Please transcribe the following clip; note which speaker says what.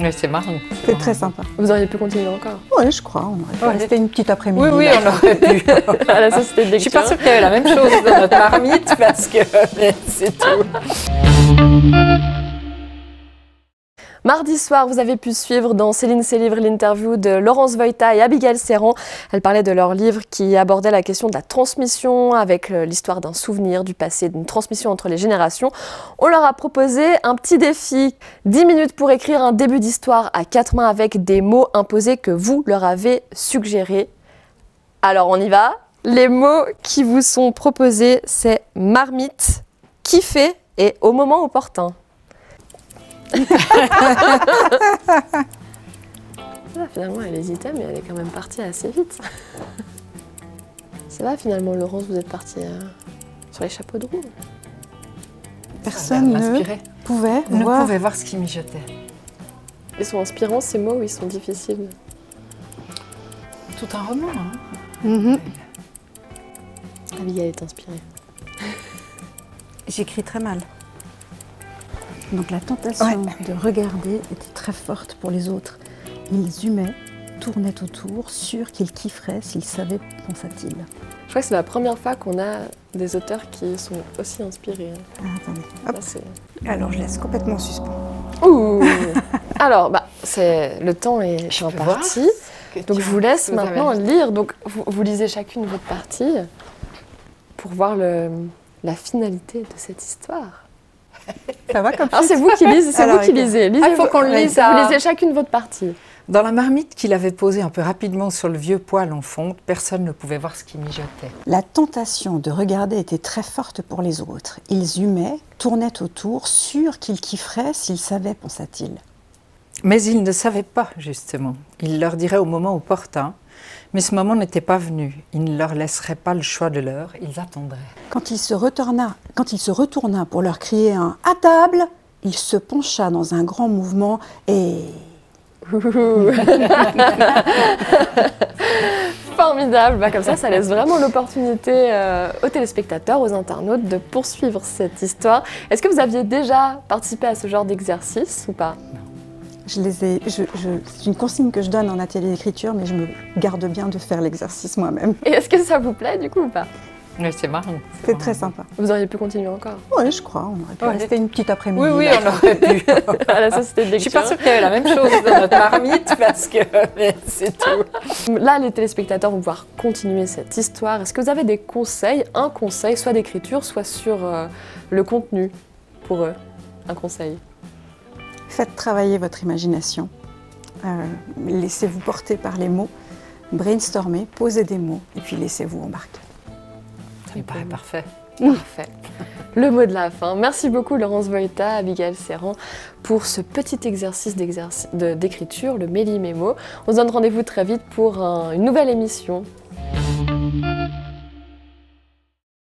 Speaker 1: Mais c'est marrant.
Speaker 2: C'était très sympa.
Speaker 3: Vous auriez pu continuer encore
Speaker 2: Ouais, je crois. On aurait pu
Speaker 1: Ouais.
Speaker 2: rester une petite après-midi.
Speaker 1: Oui, oui,
Speaker 2: là.
Speaker 1: on aurait pu.
Speaker 3: à la société de
Speaker 1: Je suis pas sûre qu'il y avait la même chose dans notre marmite parce que mais c'est tout.
Speaker 3: Mardi soir, vous avez pu suivre dans Céline ses livres l'interview de Laurence Voïta et Abigail Serran. Elles parlaient de leur livre qui abordait la question de la transmission avec euh, l'histoire d'un souvenir du passé, d'une transmission entre les générations. On leur a proposé un petit défi 10 minutes pour écrire un début d'histoire à quatre mains avec des mots imposés que vous leur avez suggérés. Alors on y va. Les mots qui vous sont proposés, c'est marmite, kiffer et au moment opportun. Ah, finalement, elle hésitait, mais elle est quand même partie assez vite. Ça va finalement, Laurence, vous êtes partie euh, sur les chapeaux de roue.
Speaker 2: Personne ne
Speaker 1: Inspiré.
Speaker 2: pouvait
Speaker 1: Ne
Speaker 2: voir.
Speaker 1: pouvait voir ce qui mijotait.
Speaker 3: Ils sont inspirants ces mots, ou ils sont difficiles.
Speaker 1: Tout un roman, hein.
Speaker 2: Mhm.
Speaker 3: Mm-hmm. Abigail est inspirée.
Speaker 4: J'écris très mal.
Speaker 2: Donc la tentation
Speaker 4: Ouais.
Speaker 2: de regarder était très forte pour les autres. Ils humaient, tournaient autour, sûrs qu'ils kifferaient s'ils savaient, pensa-t-il.
Speaker 3: Je crois que c'est la première fois qu'on a des auteurs qui sont aussi inspirés. hein.
Speaker 2: Ah, attendez.
Speaker 4: Hop.
Speaker 3: Là, c'est-
Speaker 4: Alors je laisse complètement en suspens.
Speaker 3: Ouh Alors, bah, c'est le temps est en
Speaker 1: peux voir
Speaker 3: partie,
Speaker 1: Que
Speaker 3: donc
Speaker 1: tu-
Speaker 3: je vous laisse
Speaker 1: vous
Speaker 3: maintenant
Speaker 1: avez
Speaker 3: lire. Donc, vous, vous lisez chacune votre partie pour voir le- la finalité de cette histoire.
Speaker 2: Ça va comme
Speaker 3: Alors c'est vous qui lisez, c'est vous
Speaker 4: Alors,
Speaker 3: qui
Speaker 4: écoute.
Speaker 3: lisez. lisez
Speaker 1: Ah, il faut qu'on le lise,
Speaker 3: Vous
Speaker 1: ah.
Speaker 3: lisez chacune votre partie.
Speaker 1: Dans la marmite qu'il avait posée un peu rapidement sur le vieux poêle en fonte, personne ne pouvait voir ce qui mijotait.
Speaker 2: La tentation de regarder était très forte pour les autres. Ils humaient, tournaient autour, sûrs qu'ils kifferaient s'ils savaient, pensa-t-il.
Speaker 1: Mais il ne savait pas, justement. Il leur dirait au moment opportun, mais ce moment n'était pas venu. Il ne leur laisserait pas le choix de l'heure, ils attendraient.
Speaker 2: Quand il se retourna, quand il se retourna pour leur crier un à table, il se pencha dans un grand mouvement et
Speaker 3: Formidable. Bah, comme ça, ça laisse vraiment l'opportunité euh, aux téléspectateurs, aux internautes de poursuivre cette histoire. Est-ce que vous aviez déjà participé à ce genre d'exercice ou pas
Speaker 2: je les ai. je- je- c'est une consigne que je donne en atelier d'écriture, mais je me garde bien de faire l'exercice moi-même.
Speaker 3: Et est-ce que ça vous plaît du coup ou pas
Speaker 1: Mais c'est marrant.
Speaker 2: C'était très sympa.
Speaker 3: Vous auriez pu continuer encore
Speaker 2: Oui, je crois. On aurait pu
Speaker 1: Ouais.
Speaker 2: rester une petite après-midi.
Speaker 1: Oui, oui,
Speaker 2: là.
Speaker 1: on aurait pu.
Speaker 3: à la société de
Speaker 1: Je suis
Speaker 3: lecture.
Speaker 1: pas sûre qu'il y avait la même chose dans notre marmite parce que mais c'est tout.
Speaker 3: Là, les téléspectateurs vont pouvoir continuer cette histoire. Est-ce que vous avez des conseils, un conseil, soit d'écriture, soit sur euh, le contenu pour eux Un conseil.
Speaker 2: Faites travailler votre imagination. Euh, laissez-vous porter par les mots. Brainstormez, posez des mots et puis laissez-vous embarquer.
Speaker 1: Ça me paraît parfait.
Speaker 3: Parfait. Le mot de la fin. Merci beaucoup Laurence Voïta, Abigail Serran pour ce petit exercice d'exerci- de- d'écriture, le Méli Mémo. On se donne rendez-vous très vite pour un- une nouvelle émission